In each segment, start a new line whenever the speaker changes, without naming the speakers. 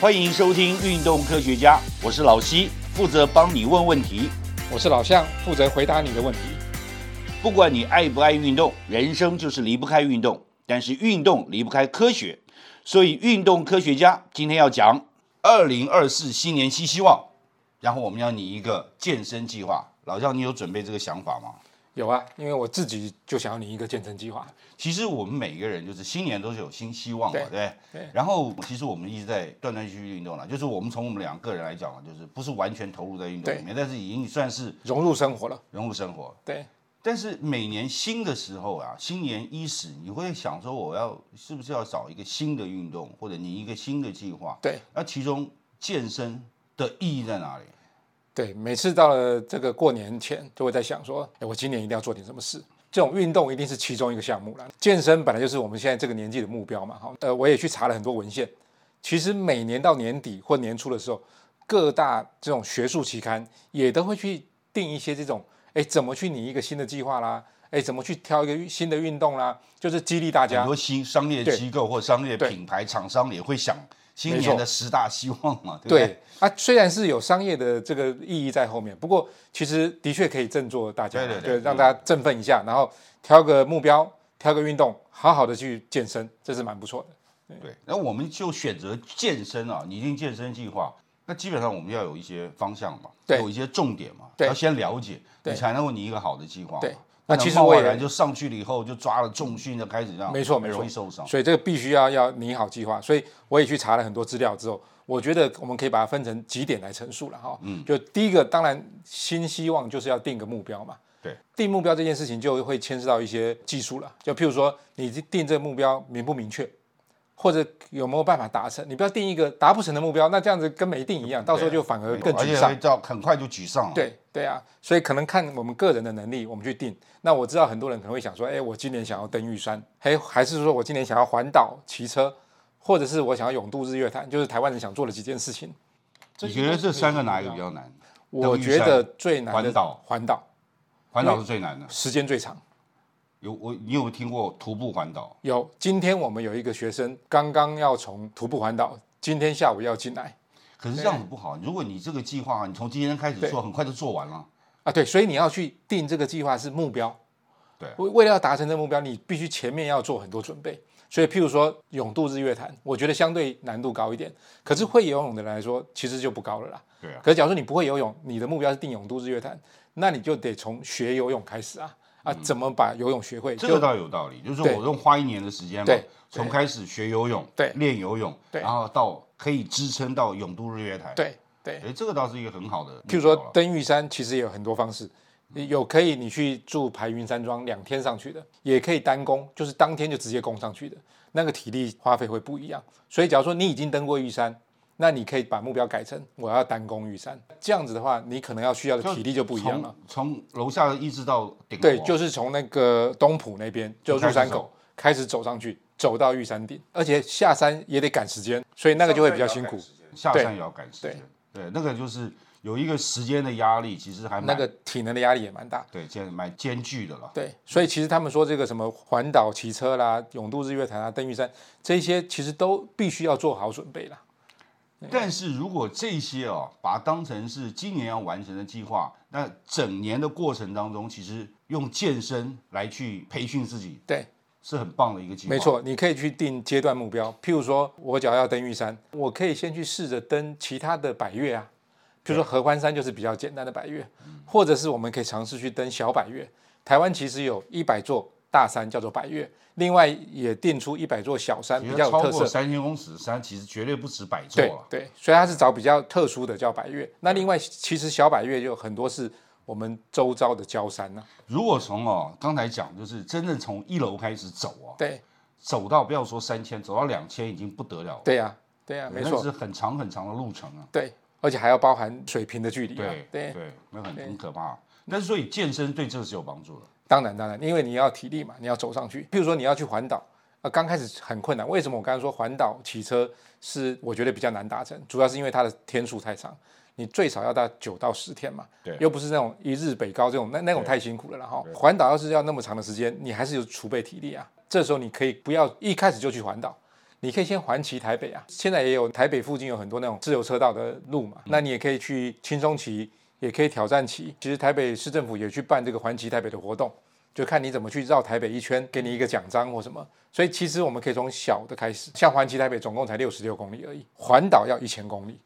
欢迎收听《运动科学家》，我是老西，负责帮你问问题。
我是老向，负责回答你的问题。
不管你爱不爱运动，人生就是离不开运动，但是运动离不开科学，所以运动科学家今天要讲二零二四新年新希望，然后我们要拟一个健身计划。老将，你有准备这个想法吗？
有啊，因为我自己就想要你一个健身计划。
其实我们每个人就是新年都是有新希望嘛，对
对
不对？
对
然后其实我们一直在断断续续运动了，就是我们从我们两个人来讲啊，就是不是完全投入在运动里面，但是已经算是
融入生活了。
融入生活。
对，
但是每年新的时候啊，新年伊始，你会想说我要是不是要找一个新的运动，或者你一个新的计划？
对，
那其中健身的意义在哪里？
对，每次到了这个过年前，就会在想说，哎，我今年一定要做点什么事。这种运动一定是其中一个项目啦。健身本来就是我们现在这个年纪的目标嘛。好，呃，我也去查了很多文献，其实每年到年底或年初的时候，各大这种学术期刊也都会去定一些这种，哎，怎么去拟一个新的计划啦，哎，怎么去挑一个新的运动啦，就是激励大
很
家。
多新商业机构或商业
对
品牌厂商也会想新
没
年
错
的十大希望嘛，对不对
对啊，虽然是有商业的这个意义在后面，不过其实的确可以振作大家，
对对对嗯
让大家振奋一下，然后挑个目标，挑个运动，好好的去健身，这是蛮不错的。
对，那我们就选择健身啊，拟定健身计划。那基本上我们要有一些方向嘛，
对
有一些重点嘛，
对
要先了解，你
对
才能够拟一个好的计划嘛。
对
不
那
能
其实
贸
我也
然就上去了以后就抓了重训，就开始这样，
没错没错
容易受伤。
所以这个必须要要拟好计划。所以我也去查了很多资料之后，我觉得我们可以把它分成几点来陈述了哈。嗯，就第一个，当然新希望就是要定个目标嘛。
对，
定目标这件事情就会牵涉到一些技术了，就譬如说你定这个目标明不明确，或者有没有办法达成。你不要定一个达不成的目标，那这样子跟没定一样，到时候就反而
没错
更
而
沮
且
丧
会。到很快就沮丧了。
对对啊，所以可能看我们个人的能力，我们去定。那我知道很多人可能会想说，哎，我今年想要登玉山，哎，还是说我今年想要环岛骑车，或者是我想要勇渡日月潭，就是台湾人想做的几件事情。
你觉得这三个哪一个比较难？
我觉得最难
环
的
岛，
环岛
环岛是最难的。
时间最长。
有我，你有没有听过徒步环岛？
有，今天我们有一个学生刚刚要从徒步环岛，今天下午要进来
可是这样子不好。如果你这个计划啊，你从今天开始做，很快就做完了。
啊。对，所以你要去定这个计划是目标。
对
为为了要达成这个目标，你必须前面要做很多准备。所以，譬如说永渡日月潭，我觉得相对难度高一点，可是会游泳的人来说，其实就不高了啦。
对啊。
可是，假如说你不会游泳，你的目标是定永渡日月潭，那你就得从学游泳开始啊啊，怎么把游泳学会？
嗯这
就
个倒有道理，就是
对
我用花一年的时间嘛
对，
从开始学游泳，
对
练游泳，
对
然后到可以支撑到永渡日月潭，，
对对，
哎，这个倒是一个很好的目
譬
标
如
了，
说登玉山，其实也有很多方式，你啊有可以你去住排云山庄两天上去的，也可以单攻，就是当天就直接攻上去的，那个体力花费会不一样。所以，假如说你已经登过玉山，那你可以把目标改成我要单攻玉山，这样子的话，你可能要需要的体力就不一样了。
从，从楼下一直到顶楼，啊
对，就是从那个东浦那边，就入山口开始走上去，走到玉山顶，而且下山也得赶时间，所以那个就会比较辛苦，
下山也要赶时间，对，那个就是有一个时间的压力，其实还
那
蛮
个体能的压力也蛮大。
对，这样蛮艰巨的了。
对，所以其实他们说这个什么环岛骑车啦、永渡日月潭啊、登玉山这些，其实都必须要做好准备啦。
但是如果这些哦，把它当成是今年要完成的计划，那整年的过程当中，其实用健身来去培训自己
对，
是很棒的一个计划。
没错，你可以去定阶段目标，譬如说我只要要登玉山，我可以先去试着登其他的百越啊，譬如说合欢山就是比较简单的百越，
嗯
或者是我们可以尝试去登小百越。台湾其实有一百座大山叫做百越，另外也定出一百座小山
比
比
如
较有
超
特色
过。三千公尺山，其实绝对不止百座
对
了。
对，所以它是找比较特殊的叫百越。那另外，其实小百越就很多是我们周遭的焦山呐、
如果从哦刚才讲，就是真正从一楼开始走哦，
对
走到不要说三千，走到两千已经不得了了，
对呀、啊对呀、没
那
错，
是很长很长的路程啊。
对，而且还要包含水平的距离、啊。
对对，那很很可怕。但是所以健身对这是有帮助的，
当然当然，因为你要体力嘛，你要走上去。譬如说你要去环岛，呃，刚开始很困难。为什么我刚才说环岛骑车是我觉得比较难达成？主要是因为它的天数太长，你最少要到九到十天嘛。
对
又不是那种一日北高这种，那那种太辛苦了啦。然后环岛要是要那么长的时间，你还是有储备体力啊。这时候你可以不要一开始就去环岛，你可以先环骑台北啊。现在也有台北附近有很多那种自由车道的路嘛，那你也可以去轻松骑，也可以挑战骑。其实台北市政府也去办这个环骑台北的活动，就看你怎么去绕台北一圈，给你一个奖章或什么。所以其实我们可以从小的开始，像环骑台北总共才六十六公里而已，环岛要一千公里。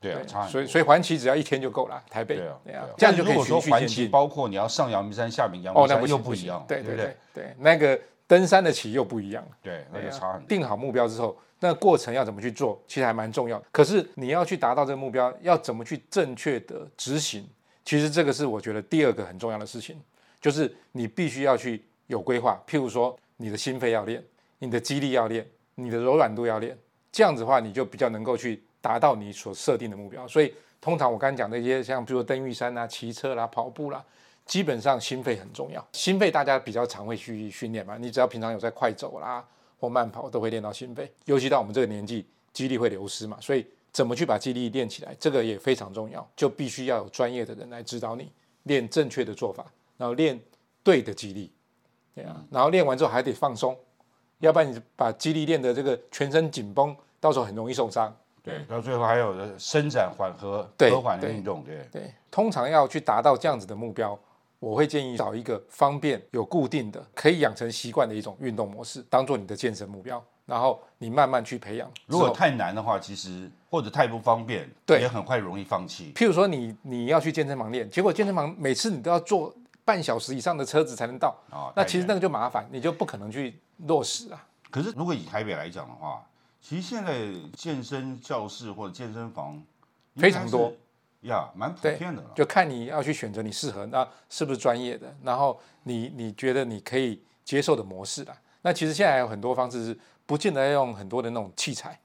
对啊，差很多
所以所以环骑只要一天就够了，台北
对啊，
啊
对啊，
这样就可
如
以
果
循
说
序
环
渐
骑
进。
包括你要上阳明山、下明阳
哦
明，
那
山
不
又
行不
一
行
样，
对
对不
对？对，那个登山的骑又不一样。
对，那就
对啊
差很多。
定好目标之后，那过程要怎么去做，其实还蛮重要的。可是你要去达到这个目标，要怎么去正确的执行，其实这个是我觉得第二个很重要的事情，就是你必须要去有规划。譬如说，你的心肺要练，你的肌力要练，你的柔软度要练，这样子的话，你就比较能够去达到你所设定的目标。所以，通常我刚才讲的一些，像比如说登玉山啊、骑车啦、跑步啦。基本上心肺很重要，心肺大家比较常会去训练嘛，你只要平常有在快走啦，或慢跑都会练到心肺，尤其到我们这个年纪，肌力会流失嘛，所以怎么去把肌力练起来，这个也非常重要，就必须要有专业的人来指导你练正确的做法，然后练对的肌力，对啊，然后练完之后还得放松，要不然你把肌力练的这个全身紧绷，到时候很容易受伤。
对，到最后还有的伸展缓和、
对
和缓的
对
运动，对，
对，通常要去达到这样子的目标，我会建议找一个方便、有固定的、可以养成习惯的一种运动模式，当做你的健身目标，然后你慢慢去培养。
如果太难的话，其实或者太不方便，
对
也很快容易放弃。
譬如说你你要去健身房练，结果健身房每次你都要坐半小时以上的车子才能到，
啊
那
太
其
远
实那个就麻烦，你就不可能去落实啊。
可是如果以台北来讲的话，其实现在健身教室或者健身房
非常多
应该是呀，蛮普
对
遍的了。
就看你要去选择你适合那是不是专业的，然后你你觉得你可以接受的模式啦。那其实现在还有很多方式是不见得要用很多的那种器材，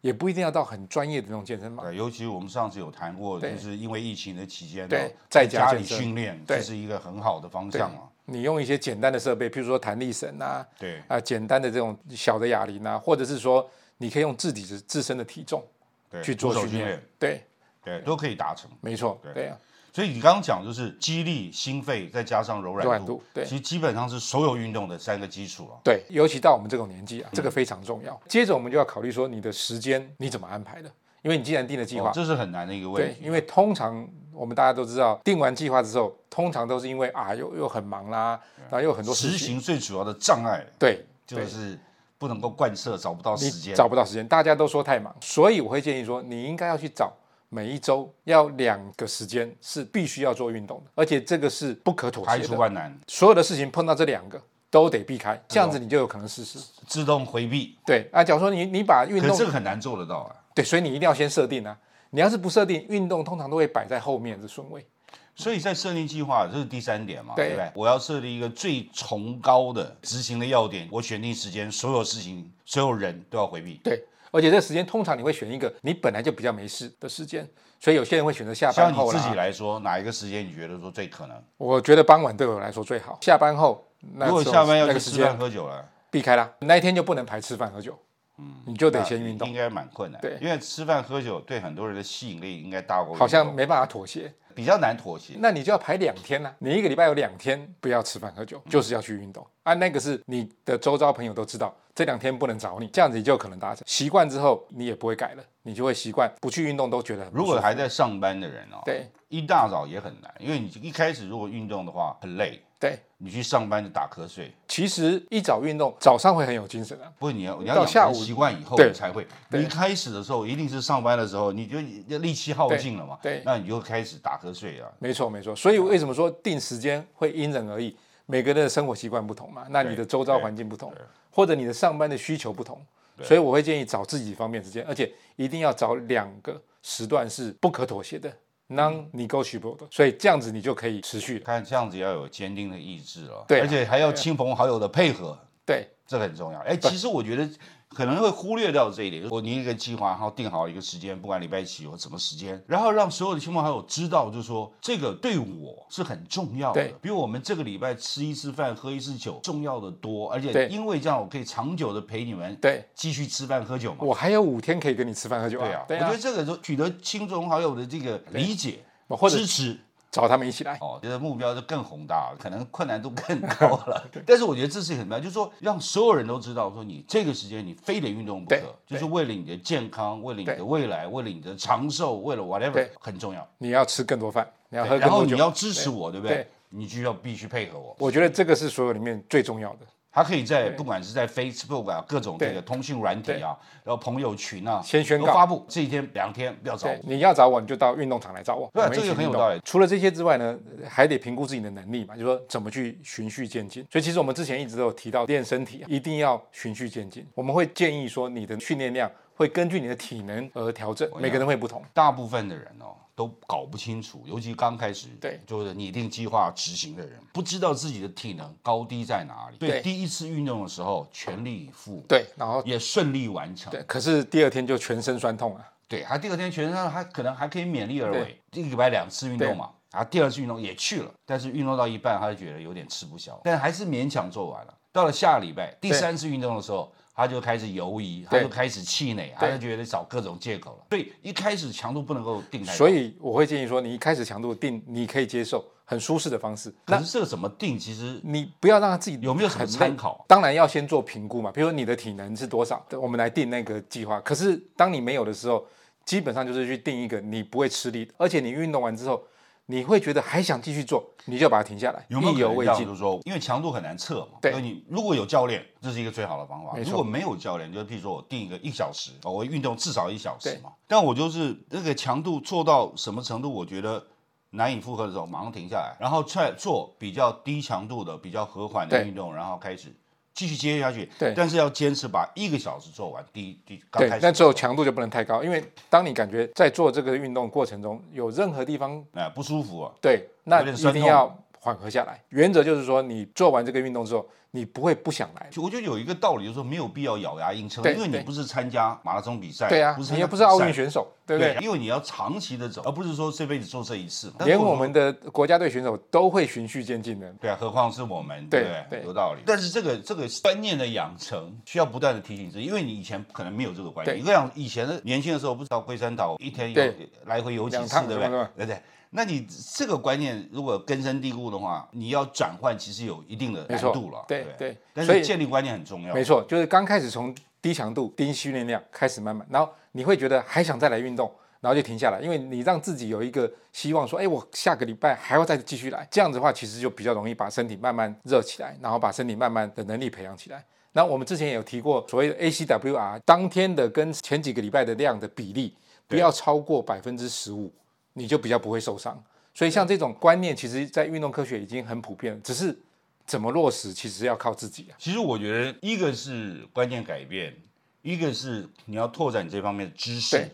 也不一定要到很专业的那种健身房。
对，尤其我们上次有谈过，就
对
是因为疫情的期间呢哦
对，
在
在
家
家
里
健身
训练，
对
这是一个很好的方
对
向啊。
你用一些简单的设备，譬如说弹力绳啊，
对，
啊、简单的这种小的哑铃啊，或者是说你可以用自己的自身的体重
对，
去
徒
做
手
训
训
练
练，。
对，
对，都可以达成。
没错
对，
对啊，
所以你刚刚讲就是肌力、心肺，再加上柔软
柔软度对
其实基本上是所有运动的三个基础啊。
对，尤其到我们这种年纪啊，这个非常重
嗯
要。接着我们就要考虑说你的时间你怎么安排的，因为你既然定了计
哦
划，
这是很难的一个问
对
题，。
因为通常我们大家都知道，定完计划之后，通常都是因为啊，又又很忙啦，然后又有很多
嗯实
事情，
行最主要的障碍
对，
就
对
是不能够贯彻，找不到时
你
间。
找不到时间，大家都说太忙，所以我会建议说，你应该要去找每一周要两个时间是必须要做运动的，而且这个是不可妥
排
协
除
的，
万难，
所有的事情碰到这两个都得避开，这样子你就有可能实施。
自动回避，
对啊，假如说你你把运
可是
动
这个很难做得到啊。
对，所以你一定要先设定啊。你要是不设定，运动通常都会摆在后面的顺位。
所以在设定计划，这是第三点嘛，对
对
不对？我要设立一个最崇高的执行的要点，我选定时间，所有事情、所有人都要回避。
对，而且这个时间通常你会选一个你本来就比较没事的时间，所以有些人会选择下
像
班
你
后
自己
啦。
来说，哪一个时间你觉得说最可能？
我觉得傍晚对我来说最好，下班后那
如果
时候
下班要
那
去
个时
吃饭
间
喝酒了，
避开啦，那一天就不能排吃饭喝酒，嗯，你就得
那
先运
应
动，
该蛮困难。
对
因为吃饭喝酒对很多人的吸引力应该大过运动
好像嗯没办法妥协，
比较难妥协。
那你就要排两天啦、你一个礼拜有两天不要吃饭喝酒，就是要去运动啊。那个是你的周遭朋友都知道，这两天不能找你，这样子你就有可能达成习惯之后，你也不会改了，你就会习惯不去运动都觉得很不
如果
舒服
还在上班的人哦，
对
一大早也很难，因为你一开始如果运动的话很累，
对，
你去上班就打瞌睡。
其实一早运动早上会很有精神啊。
不过你要你要
到
养
下
成
午
习惯以后
对
你才会。
对
你一开始的时候一定是上班的时候，你就你力气耗尽了嘛，
对对
那你就开始打瞌睡啊。
没错，没错。所以为什么说定时间会因人而异？每个人的生活习惯不同嘛，那你的周遭环境不同，或者你的上班的需求不同，所以我会建议找自己方面之间，而且一定要找两个时段是不可妥协的
嗯
（non-negotiable） 的，所以这样子你就可以持续了。
看这样子要有坚定的意志了，
对啊
而且还要亲朋好友的配合，
对，
这个很重要。哎，其实我觉得可能会忽略掉这一点。我拟一个计划，然后定好一个时间，不管礼拜几或什么时间，然后让所有的亲朋好友知道，就是说这个对我是很重要的
对，
比我们这个礼拜吃一次饭、喝一次酒重要的多。而且
对
因为这样，我可以长久的陪你们，
对
继续吃饭喝酒嘛。
我还有五天可以跟你吃饭喝酒
对啊，
对
我
啊
觉得，这个就取得亲朋好友的这个理解、
或者
支持，
找他们一起来。
哦，这个目标就更宏大了，可能困难度更高 了。 但是我觉得这是很重要，就是说让所有人都知道，说你这个时间你非得运动不
对
可，就是为了你的健康，为了你
对
的未来，为了你的长寿，为了 whatever
对
很重要。
你要吃更多饭，你要喝
对
更
然后
多
你
酒。
要支持我，对不对
对？
你就要必须配合我。
我觉得这个是所有里面最重要的。
他可以在不管是在 Facebook 啊，各种这
对
个通讯软体啊，然后朋友群啊，
先宣告
都发布这一天两天不要找
对，
我。
你要找我，你就到运动场来找我。
对啊
我们一起
这个很有
运动
道理。
除了这些之外呢，还得评估自己的能力嘛，就是说怎么去循序渐进。所以其实我们之前一直都有提到，练身体啊一定要循序渐进。我们会建议说，你的训练量会根据你的体能而调整，每个人会不同。
大部分的人哦都搞不清楚，尤其刚开始
对
就是拟定计划执行的人，不知道自己的体能高低在哪里。
对
对，第一次运动的时候全力以赴，
对，然后
也顺利完成。
对，可是第二天就全身酸痛啊。
对，他第二天全身上还可能还可以勉力而为，一个礼拜两次运动嘛，然后第二次运动也去了，但是运动到一半他就觉得有点吃不消，但还是勉强做完了。到了下礼拜第三次运动的时候，他就开始犹疑，他
对
就开始气馁，他就觉得找各种借口了。所以一开始强度不能够定太高，
所以我会建议说，你一开始强度定你可以接受很舒适的方式，
可是这个怎么定，其实
你不要让他自己
有没有什么
很累
参考？
当然要先做评估嘛，比如说你的体能是多少，我们来定那个计划。可是当你没有的时候，基本上就是去定一个你不会吃力的，而且你运动完之后，你会觉得还想继续做，你就把它停下来，
有没有
意
可
犹
能
未
这样
尽
就。是说，因为强度很难测嘛。
对
所以你如果有教练，这是一个最好的方法。
没错
如果没有教练，就是譬如说我定一个一小时，哦我运动至少一小时
对
嘛。但我就是那个强度做到什么程度，我觉得难以负荷的时候，马上停下来，然后再做比较低强度的、比较和缓的
对
运动，然后开始继续接下去。
对
但是要坚持把一个小时做完。第一，第一刚
对
开始，
但只有强度就不能太高，因为当你感觉在做这个运动过程中有任何地方
哎不舒服啊，
对，那
有点
一
酸
定
痛
要缓和下来。原则就是说，你做完这个运动之后，你不会不想来。
就我觉得有一个道理，就是说没有必要咬牙硬撑，
对
因为你
对
不是参加马拉松比赛，
对啊
不，是参
你
加
又不是奥
比赛
运选手，对不对？
因为你要长期的走，而不是说这辈子做这一次嘛。但
连
如果
我们的国家队选手都会循序渐进的。
对啊，何况是我们，
对
对不对？
对
有道理。但是这个这个观念的养成需要不断的提醒自己，因为你以前可能没有这个观念。
对
你像以前的年轻的时候，不是到龟山岛一天有
对
来回游几
两
次
趟，
对不
对
对
吧？
对不对？那你这个观念如果根深蒂固的话，你要转换其实有一定的
没
难
错
度了。
对
不
对
但
所以
是建立观念很重要。
没错，就是刚开始从低强度、低训练量开始慢慢，然后你会觉得还想再来运动，然后就停下来，因为你让自己有一个希望说，哎，我下个礼拜还要再继续来。这样子的话，其实就比较容易把身体慢慢热起来，然后把身体慢慢的能力培养起来。那我们之前也有提过，所谓的 ACWR 啊当天的跟前几个礼拜的量的比例不要超过百分之十五，你就比较不会受伤。所以像这种观念，其实在运动科学已经很普遍了，只是怎么落实，其实要靠自己啊。
其实我觉得，一个是观念改变，一个是你要拓展这方面的知识
对。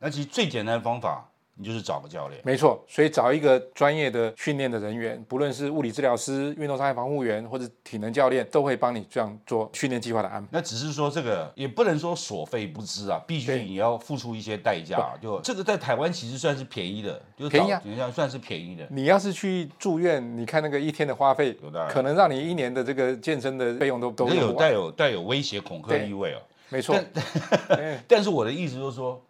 那其实最简单的方法，你就是找个教练。
没错，所以找一个专业的训练的人员，不论是物理治疗师、运动伤害防护员或者体能教练，都会帮你这样做训练计划的安排。
那只是说这个也不能说所费不支啊，必须
对
你要付出一些代价啊。就这个在台湾其实算是便宜的，就是
便宜啊
你像算是便宜的。
你要是去住院，你看那个一天的花费
有道，理
可能让你一年的这个健身的费用都都
这
用
有
不完。
带有带有威胁恐吓
对
意味哦。
没错，对
但是我的意思就是说，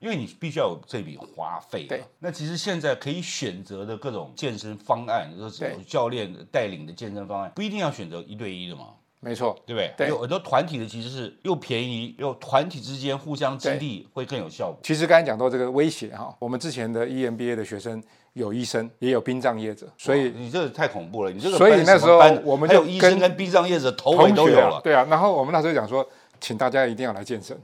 因为你必须要有这笔花费、啊，
对。
那其实现在可以选择的各种健身方案，就是
对
有教练带领的健身方案，不一定要选择一对一的嘛，
没错，
对不对？
对
有很多团体的其实是又便宜又团体之间互相激励会更有效果。
其实刚才讲到这个威胁哈，我们之前的 E EMBA 的学生有医生，也有殡葬业者，所以
哇你这个太恐怖了，你这个
所以
班什么
那时候
班
我们
还
就
有医
跟
生跟殡葬业者头
同
尾
学
都有
啊
了，
对啊，然后我们那时候讲说，请大家一定要来健身。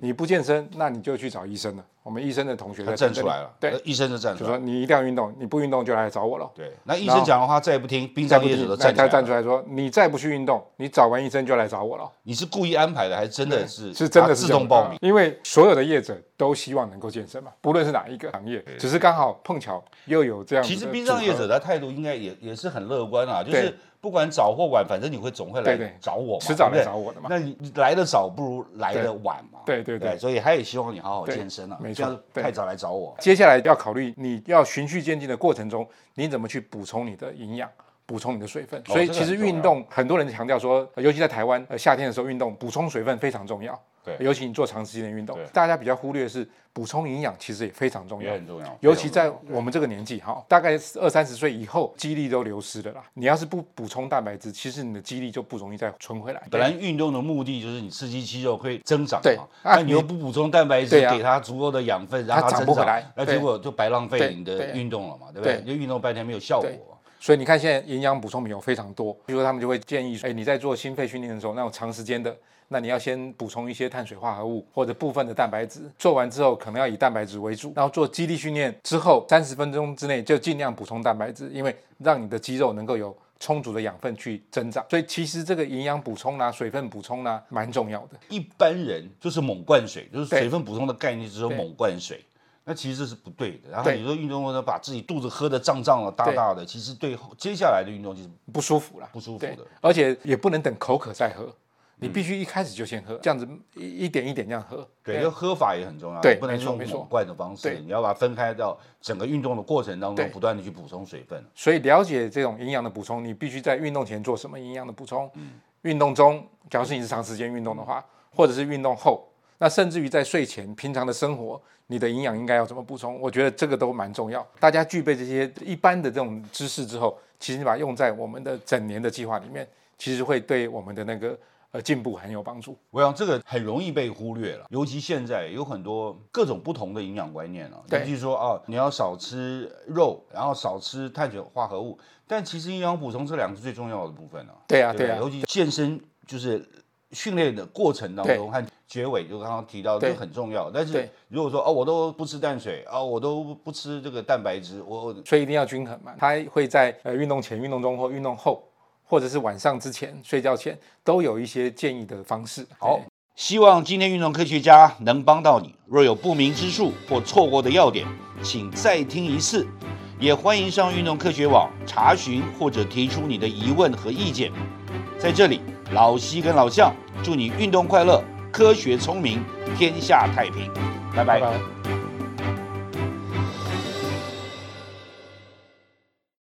你不健身，那你就去找医生了。我们医生的同学
嗯他
在
站出来了，呃
对，
医生就站出
就
来
说
了。
你一定要运动，你不运动就来找我了。
对，那医
然
生
后
讲的话再也不听，殡
再
葬
不
业
去
者都，站
那
起
他
来
站出
了。
来说，你再不去运动，你找完医生就来找我了。
你是故意安排的，还是真的是
是真的是
自
这样
动报名？
嗯因为所有的业者都希望能够健身嘛，不论是哪一个行业，只是刚好碰巧又有这样子
其
的
实殡葬业
组合
者的态度应该也也是很乐观啊，就
对
是不管早或晚，反正你会总会
对对
来找我嘛，
迟早
对
来
不对
找我的嘛，
那你来的早不如来的晚嘛，
对对对
所以他也希望你好好
对
健身啊，
没
不要
错对
太早来找我。
接下来要考虑你要循序渐进的过程中，你怎么去补充你的营养，补充你的水分。所以
哦这个
其实
很重要
运动，很多人强调说，呃尤其在台湾，呃夏天的时候运动补充水分非常重要。
对
尤其你做长时间的运动
对，
大家比较忽略的是补充营养，其实也非常重
也
要。
很重要，
尤其
非常
在我们这个年纪哈，大概二三十岁以后，肌力都流失了啦。你要是不补充蛋白质，其实你的肌力就不容易再存回来。
本来运动的目的就是你刺激肌肉会增长嘛，
对啊
那你又不补充蛋白质，
对啊
给它足够的养分，让
它长
增
不
长
回来
那
对
结果就白浪费
对
你的
对
运动了嘛，对不对？就运动半天没有效果嘛。
所以你看，现在营养补充品有非常多，比如说他们就会建议，哎，你在做心肺训练的时候，那种长时间的，那你要先补充一些碳水化合物或者部分的蛋白质，做完之后可能要以蛋白质为主，然后做肌力训练之后，三十分钟之内就尽量补充蛋白质，因为让你的肌肉能够有。充足的养分去增长，所以其实这个营养补充啦、啊水分补充啦，蛮重要的。
一般人就是猛灌水，就是
对
水分补充的概念，只有
对
猛灌水。那其实这是不对的。然后
对
你说运动过程把自己肚子喝得胀胀的、大
对
大的，其实对后接下来的运动就是
不舒服啦，
不舒服
对
的，
而且也不能等口渴再喝，你必须一开始就先喝，这样子一一点一点这样喝。
对，就喝法也很重要，
对
你不能
没错
用
没错
猛灌的方式
对，
你要把它分开到整个运动的过程当中，
对
不断的去补充水分。
所以了解这种营养的补充，你必须在运动前做什么营养的补充，运动中，假如是你是长时间运动的话，或者是运动后，那甚至于在睡前、平常的生活，你的营养应该要怎么补充？我觉得这个都蛮重要。大家具备这些一般的这种知识之后，其实你把它用在我们的整年的计划里面，其实会对我们的那个呃进步很有帮助。
我想这个很容易被忽略了，尤其现在有很多各种不同的营养观念啊，
对
尤其说啊，你要少吃肉，然后少吃碳水化合物，但其实营养补充这两个是最重要的部分啊。
对啊，
不
对啊，
尤其健身就是训练的过程当中和结尾，就刚刚提到
对
这很重要。但是
对
如果说哦，我都不吃淡水啊、哦，我都不吃这个蛋白质，我我
所以一定要均衡嘛。它会在呃运动前、运动中或运动后，或者是晚上之前、睡觉前，都有一些建议的方式。
好，希望今天运动科学家能帮到你。若有不明之处或错过的要点，请再听一次。也欢迎上运动科学网查询或者提出你的疑问和意见。在这里，老西跟老向祝你运动快乐，科学聪明，天下太平。拜拜
拜拜